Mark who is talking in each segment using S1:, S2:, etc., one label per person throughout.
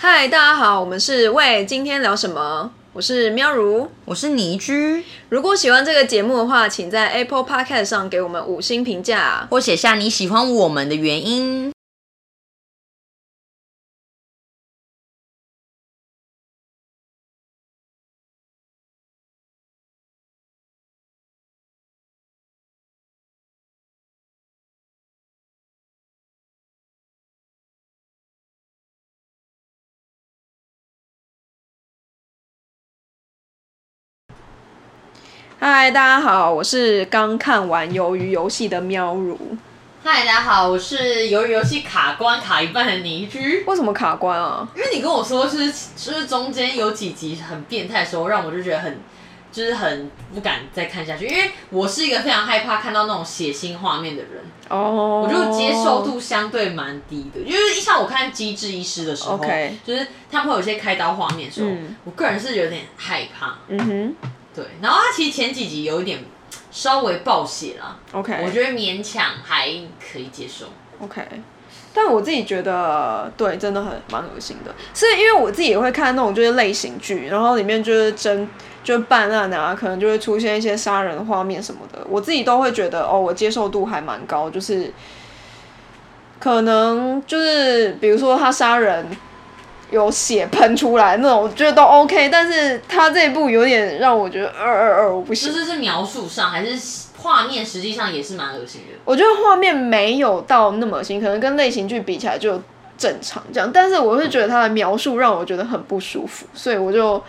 S1: 嗨，大家好，我们是喂，今天聊什么？我是喵如。
S2: 我是倪居，
S1: 如果喜欢这个节目的话，请在 Apple Podcast 上给我们五星评价。
S2: 我写下你喜欢我们的原因。
S1: 嗨，大家好，我是刚看完《鱿鱼游戏》的喵如。
S2: 嗨，大家好，我是由于游戏卡关卡一半的倪居。
S1: 为什么卡关啊？
S2: 因为你跟我说是，就是中间有几集很变态的时候，让我就觉得很，就是很不敢再看下去。因为我是一个非常害怕看到那种血腥画面的人，
S1: 哦、
S2: 我就接受。度相对蛮低的。因为像我看《机智医师》的时候
S1: OK
S2: 就是他们会有一些开刀画面的时候，
S1: 嗯
S2: 我个人是有点害怕。
S1: 嗯
S2: 对，然后他其实前几集有一点稍微暴血啦，
S1: 哼，OK，
S2: 我觉得勉强还可以接受。
S1: OK，但我自己觉得，对，真的很蛮恶心的。是因为我自己也会看那种就是类型剧，然后里面就是真就是办案啊，可能就会出现一些杀人的画面什么的，我自己都会觉得哦，我接受度还蛮高，就是可能就是比如说他杀人。有血喷出来那种，我觉得都 OK，但是他这一部有点让我觉得，呃呃呃，我不行
S2: 就。是是描述上还是画面，实际上也是蛮恶心的。
S1: 我觉得画面没有到那么恶心，可能跟类型剧比起来就正常这样。但是我是觉得它的描述让我觉得很不舒服，所以我就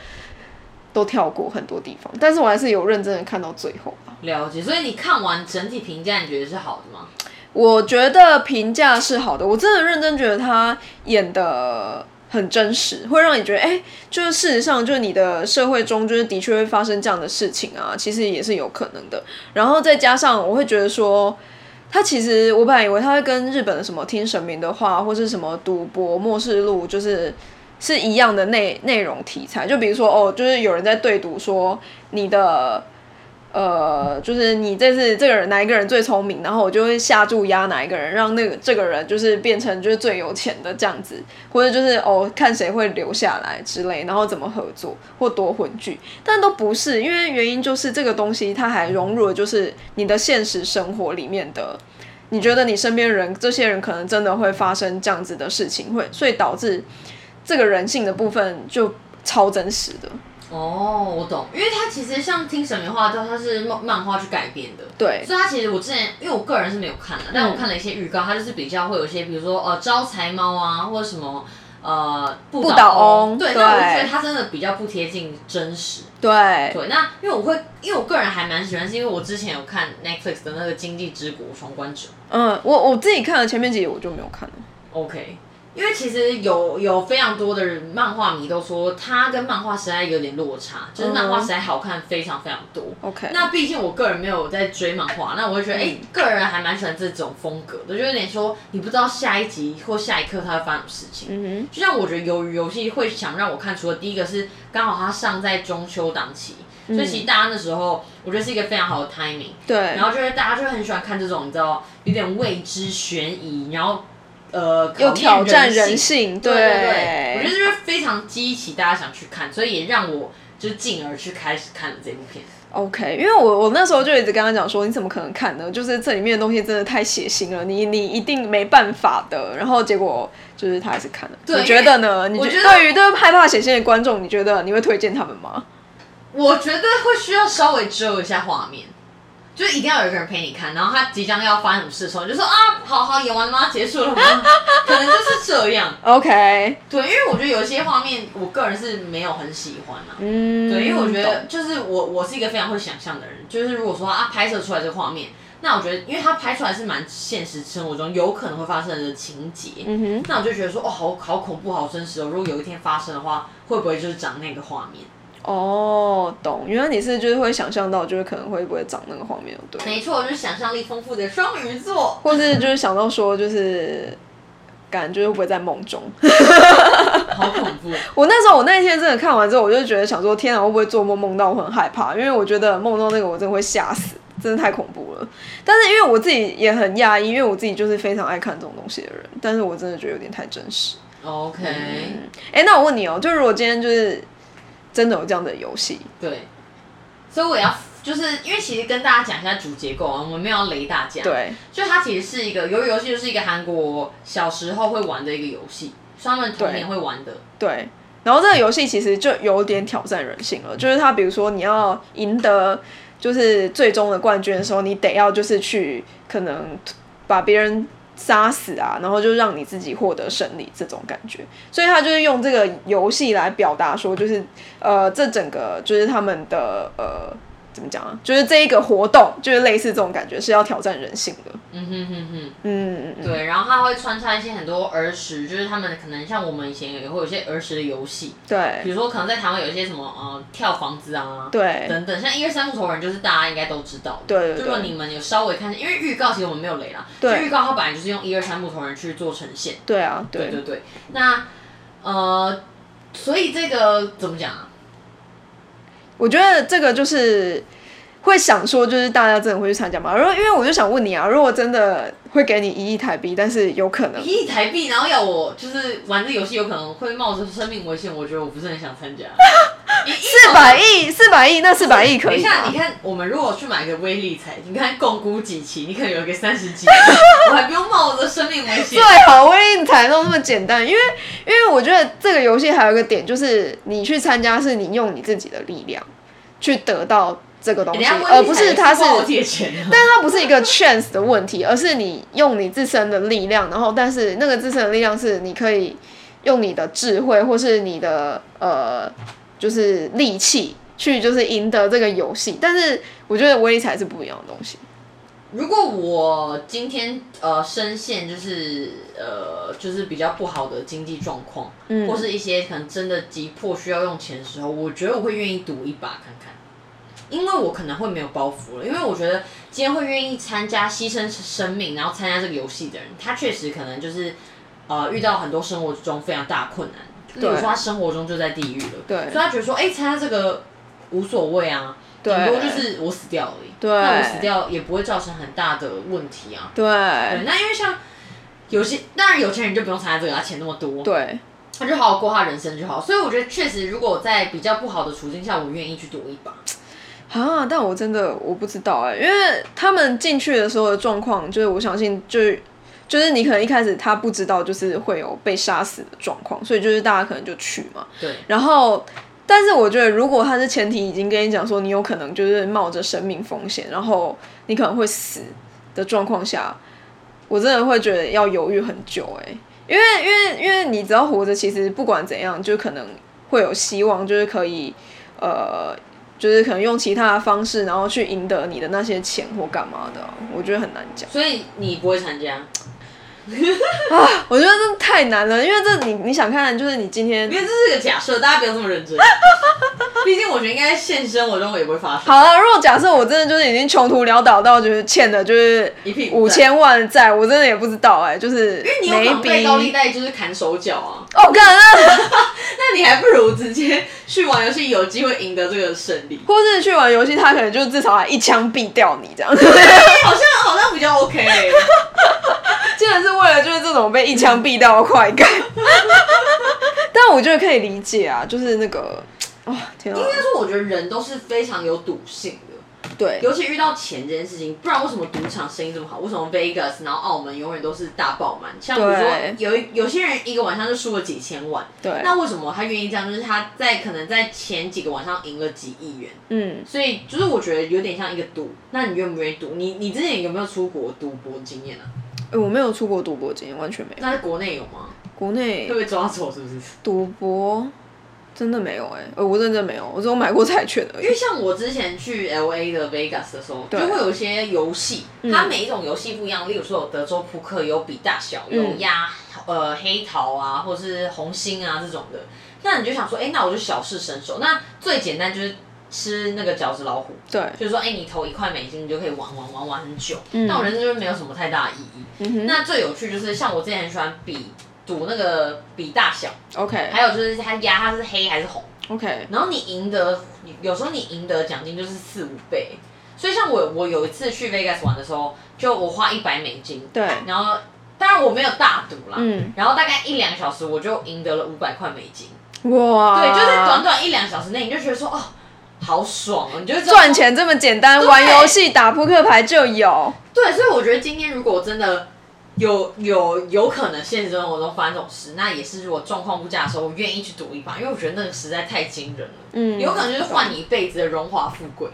S1: 都跳过很多地方。但是我还是有认真的看到最后吧。
S2: 了解，所以你看完整体评价，你觉得是好的吗？
S1: 我觉得评价是好的，我真的认真觉得他演的很真实，会让你觉得，哎、就是事实上，就是你的社会中，就是的确会发生这样的事情啊，其实也是有可能的。然后再加上，我会觉得说，他其实我本来以为他会跟日本的什么听神明的话，或是什么赌博、末世录，就是是一样的内内容题材。就比如说，哦，就是有人在对赌说你的。呃，就是你这次这个人哪一个人最聪明，然后我就会下注压哪一个人，让那个这个人就是变成就是最有钱的这样子，或者就是哦看谁会留下来之类，然后怎么合作或夺魂剧，但都不是，因为原因就是这个东西它还融入了就是你的现实生活里面的，你觉得你身边人这些人可能真的会发生这样子的事情，会所以导致这个人性的部分就超真实的，
S2: 哦，我懂，因为它其实像听神明话，它是漫漫画去改编的，
S1: 对
S2: 所以它其实我之前因为我个人是没有看的，但我看了一些预告，它就是比较会有一些，比如说呃招财猫啊，或者什么呃不
S1: 不倒翁
S2: 对，
S1: 对
S2: 那我就觉得它真的比较不贴近真实。
S1: 对
S2: 对，那因为我会，因为我个人还蛮喜欢，是因为我之前有看 Netflix 的那个《经济之国：闯关者
S1: 嗯，我我自己看了前面几集，我就没有看了。》
S2: ，OK。因为其实有有非常多的人漫画迷都说，它跟漫画实在有点落差，就是漫画实在好看非常非常多。
S1: OK，
S2: 那毕竟我个人没有在追漫画，那我会觉得，
S1: 嗯
S2: 哎、个人还蛮喜欢这种风格的，就有点说你不知道下一集或下一刻它会发生什么事情。
S1: 嗯
S2: 就像我觉得《鱿鱼游戏》会想让我看，除了第一个是刚好它上在中秋档期，所以其实大家那时候我觉得是一个非常好的 timing。
S1: 哼，嗯对
S2: 然，后就是大家就会很喜欢看这种，你知道，有点未知悬疑，然后呃，
S1: 又
S2: 考验
S1: 挑战
S2: 人
S1: 人性，
S2: 对对对，我觉得就是非常激起大家想去看，所以也让我就进而去开始看了这部片。
S1: OK，因为我我那时候就一直跟他讲说，你怎么可能看呢？就是这里面的东西真的太血腥了，你你一定没办法的。然后结果就是他还是看了。
S2: 对
S1: 你觉得呢？你
S2: 我
S1: 觉
S2: 觉得
S1: 对于对害怕血腥的观众，你觉得你会推荐他们吗？
S2: 我觉得会需要稍微遮一下画面，就是一定要有一个人陪你看，然后他即将要发生什么事的时候，你就说啊，好好演完了吗？结束 了吗？可能就是这样。
S1: ？OK，
S2: 对，因为我觉得有一些画面，我个人是没有很喜欢啊。
S1: 嗯，
S2: 对，因为我觉得
S1: 懂
S2: 就是我我是一个非常会想象的人，就是如果说啊拍摄出来这个画面，那我觉得因为它拍出来是蛮现实生活中有可能会发生的情节，
S1: 嗯
S2: 那我就觉得说哦好好恐怖好真实哦，如果有一天发生的话，会不会就是长那个画面？
S1: 哼，哦，懂。原来你是就是会想象到，就是可能会不会长那个画面，对。
S2: 没错，就是想象力丰富的双鱼座。
S1: 或是就是想到说，就是感觉会不会在梦中？
S2: 好恐怖！
S1: 我那时候，我那一天真的看完之后，我就觉得想说，天啊，会不会做梦梦到我很害怕？因为我觉得梦到那个我真的会吓死，真的太恐怖了。但是因为我自己也很讶异，因为我自己就是非常爱看这种东西的人，但是我真的觉得有点太真实。
S2: OK，、嗯
S1: 哎、那我问你哦、就如果今天就是真的有这样的游戏，
S2: 对，所以我要就是因为其实跟大家讲一下主结构啊，我们没有要雷大家。，
S1: 对，
S2: 就它其实是一个鱿鱼游戏，就是一个韩国小时候会玩的一个游戏，是他们童年会玩的。
S1: 对，然后这个游戏其实就有点挑战人性了，就是它比如说你要赢得就是最终的冠军的时候，你得要就是去可能把别人杀死啊，然后就让你自己获得胜利这种感觉。所以他就是用这个游戏来表达说，就是呃，这整个就是他们的呃。怎么讲啊？就是这一个活动，就是类似这种感觉，是要挑战人性的。
S2: 嗯哼哼哼。
S1: 嗯，嗯嗯
S2: 对，然后它会穿插一些很多儿时，就是他们可能像我们以前也会有一些儿时的游戏，
S1: 对
S2: 比如说可能在台湾有一些什么呃跳房子啊。
S1: 对
S2: 等等，像一二三木头人就是大家应该都知道的。
S1: 对对对
S2: 就如果你们有稍微看，因为预告其实我们没有雷啦，
S1: 对
S2: 就预告它本来就是用一二三木头人去做呈现。
S1: 对啊，对
S2: 对对对，那呃，所以这个怎么讲啊？
S1: 我觉得这个就是会想说，就是大家真的会去参加吗？如果因为我就想问你啊，如果真的会给你一亿台币，但是有可能
S2: 一亿台币，然后要我就是玩这游戏，有可能会冒着生命危险，我觉得我不是很想参加。
S1: 四百亿，四百亿，那四百亿可
S2: 等一
S1: 以
S2: 下，
S1: 吗
S2: 你？看，我们如果去买个微利彩，你看共估几期，你可能有个三十几 期，我还不用冒着生命危险
S1: 最。好微利彩弄那么简单，因为因为我觉得这个游戏还有一个点就是，你去参加是你用你自己的力量去得到这个东
S2: 人
S1: 西，呃
S2: 家微利彩
S1: 而不是它是
S2: 不好借钱的，
S1: 但它不是一个 chance 的问题，而是你用你自身的力量，然后但是那个自身的力量是你可以用你的智慧或是你的呃就是力气去就是赢得这个游戏。但是我觉得威力才是不一样的东西。
S2: 如果我今天呃深陷就是呃就是比较不好的经济状况，
S1: 嗯
S2: 或是一些可能真的急迫需要用钱的时候，我觉得我会愿意赌一把看看，因为我可能会没有包袱了，因为我觉得今天会愿意参加牺牲生命，然后参加这个游戏的人，他确实可能就是呃遇到很多生活中非常大的困难，比如说他生活中就在地狱了，
S1: 对
S2: 所以他觉得说，哎、参加这个无所谓啊，
S1: 对
S2: 顶多就是我死掉而已。
S1: 对
S2: 那我死掉也不会造成很大的问题啊。对，
S1: 对
S2: 那因为像有些，当然有钱人就不用参加这个，他钱那么多，
S1: 对
S2: 他就好好过他人生就好。所以我觉得确实，如果在比较不好的处境下，我愿意去赌一把。
S1: 啊！但我真的我不知道哎、因为他们进去的时候的状况，就是我相信就是。就是你可能一开始他不知道，就是会有被杀死的状况，所以就是大家可能就去嘛。
S2: 对，
S1: 然后，但是我觉得，如果他是前提已经跟你讲说你有可能就是冒着生命风险，然后你可能会死的状况下，我真的会觉得要犹豫很久哎、因为因为因为你只要活着，其实不管怎样，就可能会有希望，就是可以呃。就是可能用其他的方式，然后去赢得你的那些钱或干嘛的啊、我觉得很难讲。
S2: 所以你不会参加，
S1: 我觉得这太难了，因为这你你想看，就是你今天
S2: 因为这是个假设，大家不要这么 认真。毕竟我觉得应该现实生活中也不会发生。
S1: 好了，如果假设我真的就是已经穷途潦倒到就是欠的就是
S2: 一屁股
S1: 五
S2: 债
S1: 千万债，我真的也不知道哎、就是
S2: 因为你有绑带高利贷就是砍手脚啊，
S1: 哦，干那。
S2: 那你还不如直接去玩游戏，有机会赢得这个胜利
S1: 或是去玩游戏，他可能就至少还一枪毙掉你 这样，
S2: 好像好像比较 OK 欸、
S1: 竟然是为了就是这种被一枪毙掉的快感。 但我觉得可以理解啊，就是那个哦，天啊，
S2: 应该说，我觉得人都是非常有赌性的，
S1: 对
S2: 尤其遇到钱这件事情，不然为什么赌场生意这么好？为什么 Vegas 然后澳门永远都是大爆满？像比如
S1: 对
S2: 说有一有些人一个晚上就输了几千万，
S1: 对，
S2: 那为什么他愿意这样？就是他在可能在前几个晚上赢了几亿元，
S1: 嗯，
S2: 所以就是我觉得有点像一个赌。那你愿不愿意赌？你你之前有没有出国赌博经验啊？
S1: 哎我没有出国赌博经验，完全没有，
S2: 那在国内有吗？
S1: 国内
S2: 会被抓走是不是？
S1: 赌博真的没有哎、呃我认真没有，我只有买过债券而已
S2: 因为。像我之前去 L A 的 Vegas 的时候，就
S1: 对嗯
S2: 会有一些游戏，它每一种游戏不一样。例如说有德州扑克，有比大小，有压、呃黑桃啊，或是红心啊这种的。那你就想说，哎、那我就小试身手。那最简单就是吃那个饺子老虎，
S1: 对，
S2: 就是说，哎、你投一块美金，你就可以玩玩玩玩很久。
S1: 嗯
S2: 但我人生就是没有什么太大的意义。那最有趣就是像我之前很喜欢比赌那个比大小，
S1: OK
S2: 还有就是它压它是黑还是红。
S1: OK，
S2: 然后你赢得，有时候你赢得奖金就是四五倍。所以像我，我有一次去 Vegas 玩的时候，就我花一百美金，
S1: 对
S2: 然后当然我没有大赌啦，
S1: 嗯，
S2: 然后大概一两小时我就赢得了五百块美金，
S1: 哇，
S2: 对，就在短短一两小时内，你就觉得说哦，好爽哦，你就会知道
S1: 赚钱这么简单，
S2: 对
S1: 玩游戏打扑克牌就有。
S2: 对，所以我觉得今天如果真的有有有可能现实生活中发生这种事，那也是如果状况不佳的时候，我愿意去赌一把，因为我觉得那个实在太惊人了。
S1: 嗯，
S2: 有可能就是换你一辈子的荣华富贵。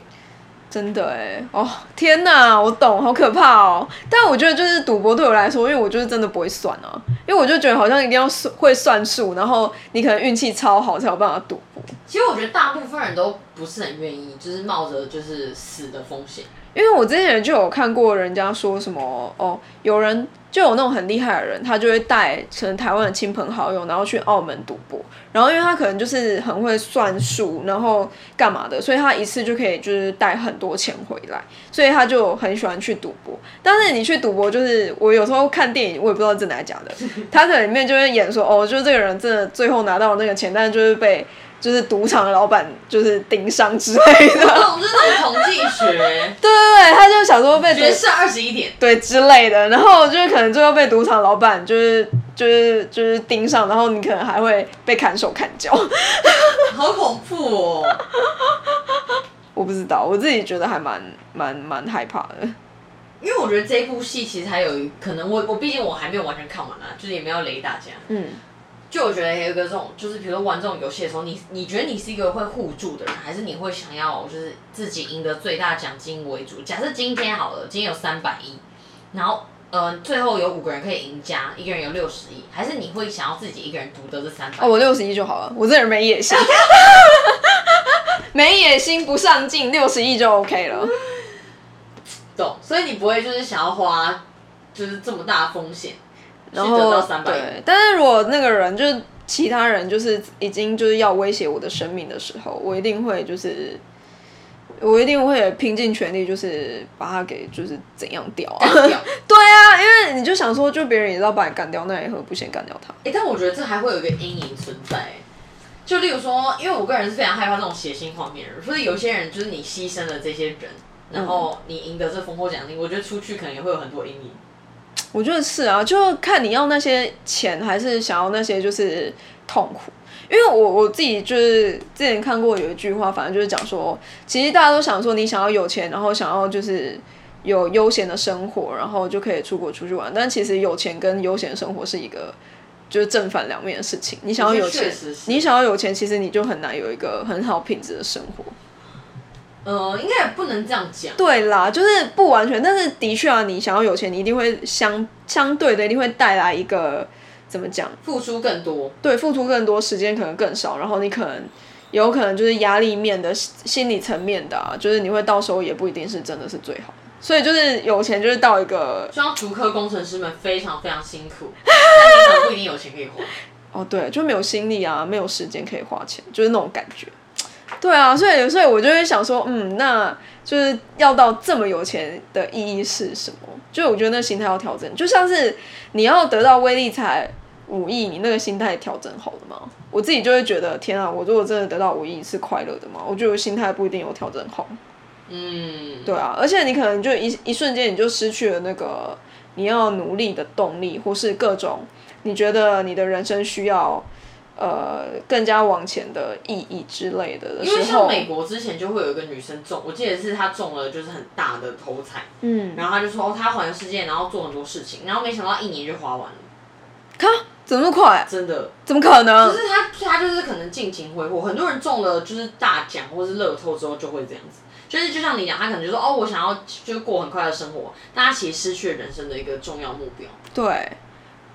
S1: 真的哎，哦天哪，我懂，好可怕哦。但我觉得就是赌博对我来说，因为我就是真的不会算啊，因为我就觉得好像一定要算会算数，然后你可能运气超好才有办法赌博。
S2: 其实我觉得大部分人都不是很愿意，就是冒着就是死的风险。
S1: 因为我之前就有看过人家说什么哦，有人就有那种很厉害的人，他就会带可能台湾的亲朋好友，然后去澳门赌博，然后因为他可能就是很会算数，然后干嘛的，所以他一次就可以就是带很多钱回来，所以他就很喜欢去赌博。但是你去赌博，就是我有时候看电影，我也不知道真的还是假的，他可能里面就会演说哦，就是这个人真的最后拿到那个钱，但是就是被就是赌场的老板就是盯上之类的，，
S2: 那我们就是那种统计学
S1: 对对对，他就想说被赌
S2: 学是二十一点。
S1: 对之类的，然后就是可能最后被赌场老板就是就是就是盯上，然后你可能还会被砍手砍脚。
S2: 好恐怖哦！
S1: 我不知道，我自己觉得还蛮蛮蛮害怕的。
S2: 因为我觉得这部戏其实还有一可能我，我毕竟我还没有完全看完啊啦，就是也没有雷大家。
S1: 嗯，
S2: 就我觉得有一个这种，就是比如说玩这种游戏的时候，你你觉得你是一个会互助的人，还是你会想要就是自己赢得最大奖金为主？假设今天好了，今天有三百亿，然后呃最后有五个人可以赢家，一个人有六十亿，还是你会想要自己一个人独得这三百、
S1: 哦，我六十一就好了，我这人没野 心，没野心不上进，六十亿就 OK
S2: 嗯
S1: 了。
S2: 懂？所以你不会就是想要花就是这么大的风险去
S1: 然
S2: 得
S1: 后
S2: 到三百亿？
S1: 对，但是如果那个人就是其他人就是已经就是要威胁我的生命的时候，我一定会就是。我一定会拼尽全力，就是把他给就是怎样掉 啊？
S2: 干哦掉
S1: 对啊，因为你就想说，就别人也知道把你干掉，那也何不先干掉他？
S2: 哎、但我觉得这还会有一个阴影存在欸。就例如说，因为我个人是非常害怕这种血腥画面的人，所以有些人就是你牺牲了这些人，然
S1: 嗯
S2: 后你赢得这丰厚奖金，我觉得出去可能也会有很多阴影。
S1: 我觉得是啊，就看你要那些钱，还是想要那些就是痛苦。因为我我自己就是之前看过有一句话，反正就是讲说，其实大家都想说你想要有钱，然后想要就是有悠闲的生活，然后就可以出国出去玩。但其实有钱跟悠闲生活是一个就是正反两面的事情。你想要有
S2: 我觉
S1: 钱
S2: 得确实，是
S1: 你想要有钱，其实你就很难有一个很好品质的生活。
S2: 呃，应该也不能这样讲。
S1: 对啦，就是不完全，但是的确啊，你想要有钱，你一定会相相对的，一定会带来一个怎么讲？
S2: 付出更多，
S1: 对，付出更多，时间可能更少，然后你可能有可能就是压力面的、心心理层面的啊，就是你会到时候也不一定是真的是最好的。所以就是有钱就是到一个
S2: 就像竹科工程师们非常非常辛 苦，但你可能不一定有钱可以花。
S1: 哦，对，就没有心力啊，没有时间可以花钱，就是那种感觉。对啊，所以所以我就会想说，嗯，那就是要到这么有钱的意义是什么？就我觉得那心态要调整，就像是你要得到威力才五亿，你那个心态调整好了吗？我自己就会觉得，天啊，我如果真的得到五亿是快乐的吗？我觉得我心态不一定有调整好。
S2: 嗯，
S1: 对啊，而且你可能就一一瞬间你就失去了那个你要努力的动力，或是各种你觉得你的人生需要呃更加往前的意义之类的的
S2: 因为
S1: 时
S2: 像
S1: 候，
S2: 美国之前就会有一个女生中，我记得是她中了就是很大的头彩，
S1: 嗯，
S2: 然后她就说、哦、她环游世界，然后做很多事情，然后没想到一年就花完了，
S1: 看怎么那么快，
S2: 真的。
S1: 怎么可能
S2: 就？是他他就是可能尽情挥霍，很多人中了就是大奖或是乐透之后就会这样子，就是就像你讲，他可能就说哦，我想要就是过很快的生活，但他其实失去了人生的一个重要目标。
S1: 对，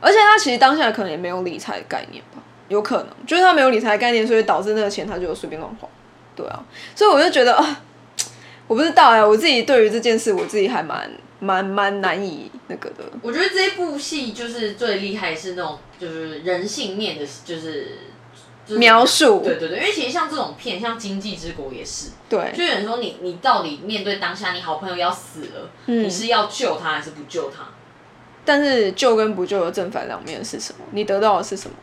S1: 而且他其实当下可能也没有理财的概念吧，有可能就是他没有理财的概念，所以导致那个钱他就随便乱花。对啊，所以我就觉得啊，我不知道哎、我自己对于这件事，我自己还蛮蛮蛮难以那个的。
S2: 我觉得这部戏就是最厉害是那种就是人性面的，就是。就是
S1: 描述
S2: 对对对，因为其实像这种片，像《经济之国》也是，
S1: 对，
S2: 就有人说你你到底面对当下，你好朋友要死了，
S1: 嗯
S2: 你是要救他还是不救他？
S1: 但是救跟不救的正反两面是什么？你得到的是什么？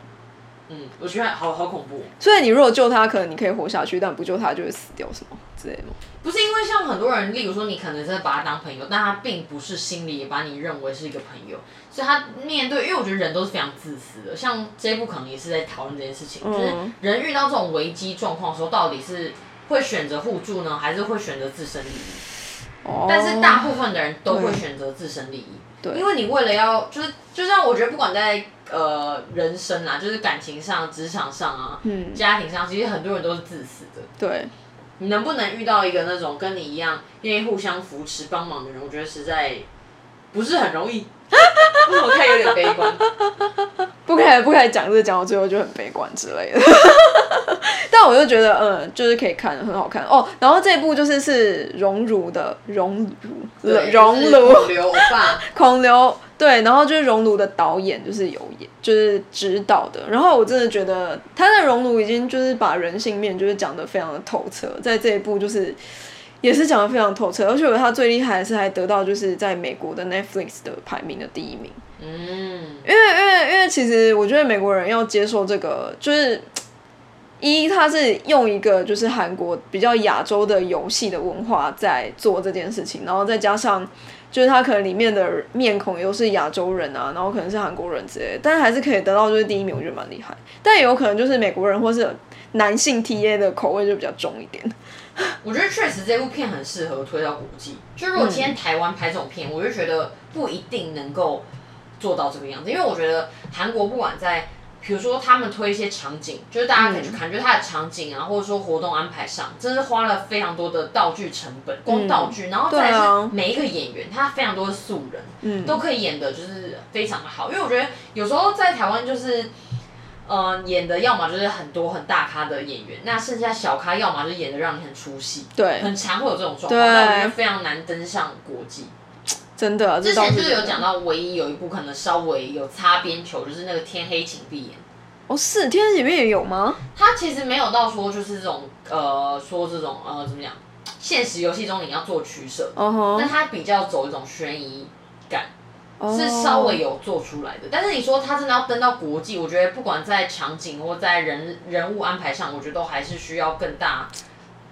S2: 嗯，我觉得好好恐怖哦。
S1: 所以你如果救他，可能你可以活下去，但不救他就会死掉，什么之类的吗？
S2: 不是因为像很多人，例如说你可能真的把他当朋友，但他并不是心里也把你认为是一个朋友，所以他面对，因为我觉得人都是非常自私的，像这一部可能也是在讨论这件事情，就是
S1: 嗯
S2: 人遇到这种危机状况的时候，到底是会选择互助呢，还是会选择自身利益？
S1: 哦，
S2: 但是大部分的人都会
S1: 对
S2: 选择自身利益，
S1: 对
S2: 因为你为了要就是就像我觉得不管在呃人生啊，就是感情上、职场上啊、
S1: 嗯
S2: 家庭上，其实很多人都是自私的。
S1: 对，
S2: 你能不能遇到一个那种跟你一样愿意互相扶持、帮忙的人？我觉得实在不是很容易。为什么看有点悲观？
S1: 不可以不可以讲这个讲到最后就很悲观之类的。 但我就觉得，嗯，就是可以看，很好看哦。然后这一部就是是荣辱的荣辱
S2: 对
S1: 荣
S2: 就是
S1: 辱
S2: 孔刘欧巴，
S1: 孔刘对，然后就是《熔炉》的导演就是有演，就是指导的。然后我真的觉得他在《熔炉》已经就是把人性面就是讲得非常的透彻，在这一部就是也是讲得非常透彻，而且我觉得他最厉害的是还得到就是在美国的 Netflix 的排名的第一名。
S2: 嗯，
S1: 因为因为因为其实我觉得美国人要接受这个，就是一他是用一个就是韩国比较亚洲的游戏的文化在做这件事情，然后再加上就是他可能里面的面孔又是亚洲人啊，然后可能是韩国人之类的，但是还是可以得到就是第一名，我觉得蛮厉害。但也有可能就是美国人或是男性 TA 的口味就比较重一点。
S2: 我觉得确实这部片很适合推到国际。就
S1: 嗯
S2: 如果今天台湾拍这种片，我就觉得不一定能够做到这个样子，因为我觉得韩国不管在。比如说，他们推一些场景，就是大家
S1: 嗯
S2: 可以去看，就是它的场景啊，或者说活动安排上，真是花了非常多的道具成本，光道具，然后
S1: 嗯
S2: 再来
S1: 对啊
S2: 是每一个演员，他非常多的素人，
S1: 嗯，
S2: 都可以演的，就是非常的好。因为我觉得有时候在台湾就是，呃，演的要么就是很多很大咖的演员，那剩下小咖要么就是演的让你很出戏，
S1: 对，
S2: 很常会有这种状况，
S1: 对
S2: 那我觉得非常难登上国际。
S1: 真的，啊这
S2: 之
S1: 倒
S2: 前
S1: 是
S2: 就是有
S1: 真的
S2: 讲到，唯一有一部可能稍微有擦边球，就是那个《天黑请闭眼》。
S1: 哦，是天使里面也有吗？
S2: 它其实没有到说就是这种呃说这种呃怎么讲，现实游戏中你要做取舍，
S1: 哦吼
S2: 但它比较走一种悬疑感，
S1: 哦，
S2: 是稍微有做出来的。但是你说它真的要登到国际，我觉得不管在场景或在人人物安排上，我觉得都还是需要更 大，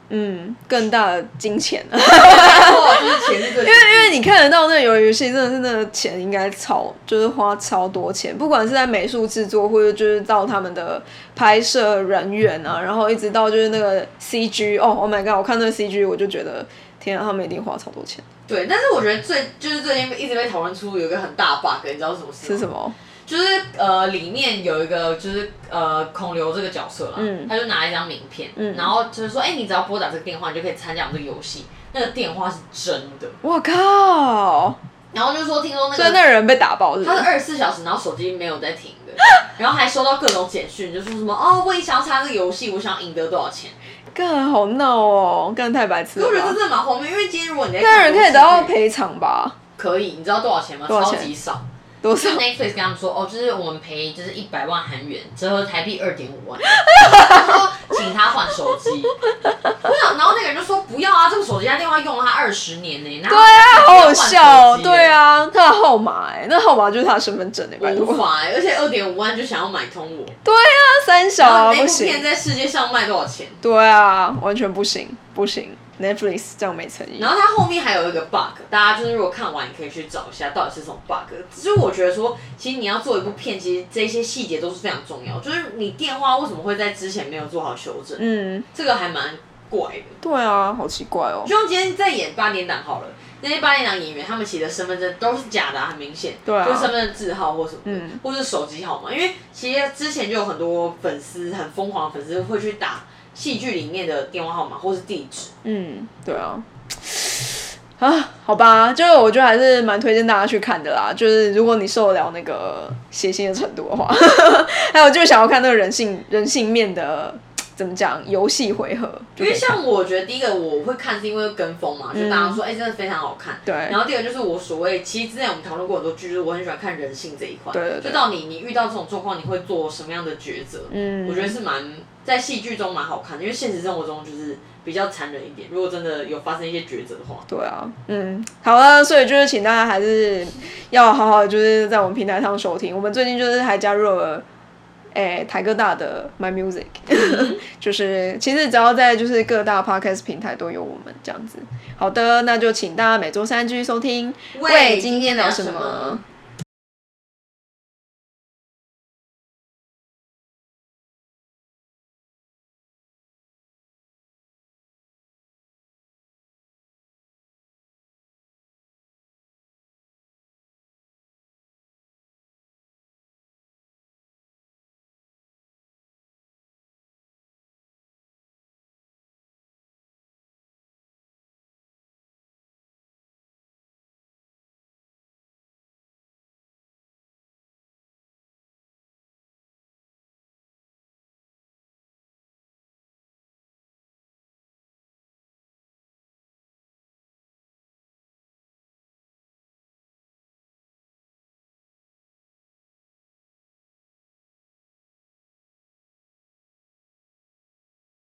S1: 嗯更大的金钱。啊
S2: 就是前置对，因
S1: 因为你看得到那个鱿鱼游戏，真的是那个钱应该超，就是花超多钱，不管是在美术制作，或者就是到他们的拍摄人员啊，然后一直到就是那个 CG，哦，Oh my god！我看那个 CG，我就觉得天啊，他们一定花超多钱。
S2: 对。但是我觉得最就是最近一直被讨论出有一个很大 bug，你知道是什么事
S1: 是
S2: 吗？
S1: 什么？
S2: 就是呃，里面有一个就是呃，孔刘这个角色啦，
S1: 嗯
S2: 他就拿一张名片，
S1: 嗯
S2: 然后就是说，哎、你只要拨打这个电话，你就可以参加我们这个游戏。那个电话是真的，
S1: 我靠！
S2: 然后就说听说那
S1: 所以
S2: 个
S1: 那个人被打爆是不
S2: 他
S1: 是
S2: 是？二十四小时，然后手机没有在停 的，然后还收到各种简讯，就说什么哦，我也想要参加这个游戏，我想要赢得多少钱。
S1: 干好闹哦，干太白痴了
S2: 可我觉得这
S1: 吧。
S2: 真的蛮荒谬，因为今天如果你在
S1: 那
S2: 看
S1: 人
S2: 这
S1: 可
S2: 个
S1: 以得到
S2: 戏剧
S1: 赔偿吧？
S2: 可以，你知道啊多少钱吗？
S1: 多少钱
S2: 超级少。
S1: 多 少
S2: 就？Netflix 跟他们说，哦，就是我们赔就是一百万韩元，折合台币二点五万，他说请他换手机。我想，然后那个人就说不要啊，这个手机他电话用了他二十年呢、对
S1: 对啊，好好笑哦！
S2: 哦，
S1: 对。啊，他的号码哎、那号码就是他的身份证哎、
S2: 我
S1: 拜托。
S2: 无法、欸，而且二点五万就想要买通我，
S1: 对啊，三小
S2: 然后
S1: 啊，
S2: 那
S1: 不
S2: 部片
S1: 行。
S2: 在世界上卖多少钱？
S1: 对啊，完全不行，不行。Netflix 这样没诚意
S2: 然。后它后面还有一个 bug，大家就是如果看完，你可以去找一下到底是什么 bug。就是我觉得说，其实你要做一部片，其实这些细节都是非常重要。就是你电话为什么会在之前没有做好修正，
S1: 嗯，
S2: 这个还蛮怪的。
S1: 对啊，好奇怪哦。
S2: 就像今天在演八点档好了，那些八点档演员他们其实身份证都是假的、啊，很明显，
S1: 对啊
S2: 就是身份证字号或什么的，
S1: 嗯
S2: 或者手机号码。因为其实之前就有很多粉丝很疯狂，粉丝会去打戏剧里面的电话号码或是地址。
S1: 嗯，对啊。啊，好吧，就是我觉得还是蛮推荐大家去看的啦。就是如果你受得了那个血腥的程度的话， 还有就是想要看那个人性人性面的怎么讲游戏回合，就可
S2: 因为
S1: 以看
S2: 像我觉得第一个我会看是因为跟风嘛，就大家说哎、真的非常好看。
S1: 嗯对
S2: 然后第二个就是我所谓，其实之前我们讨论过很多剧，就是我很喜欢看人性这一块。
S1: 对对对
S2: 就到你你遇到这种状况，你会做什么样的抉择？
S1: 嗯
S2: 我觉得是蛮在戏剧中蛮好看的，因为现实生活中就是比较残忍一点。如果真的有发生一些抉择的话，
S1: 对啊，嗯，好了，所以就是请大家还是要好好就是在我们平台上收听。我们最近就是还加入了诶、台哥大的 My Music，、就是 其实只要在就是各大 Podcast 平台都有我们这样子。好的，那就请大家每周三继续收听。
S2: 喂
S1: 今天
S2: 聊
S1: 什
S2: 什么？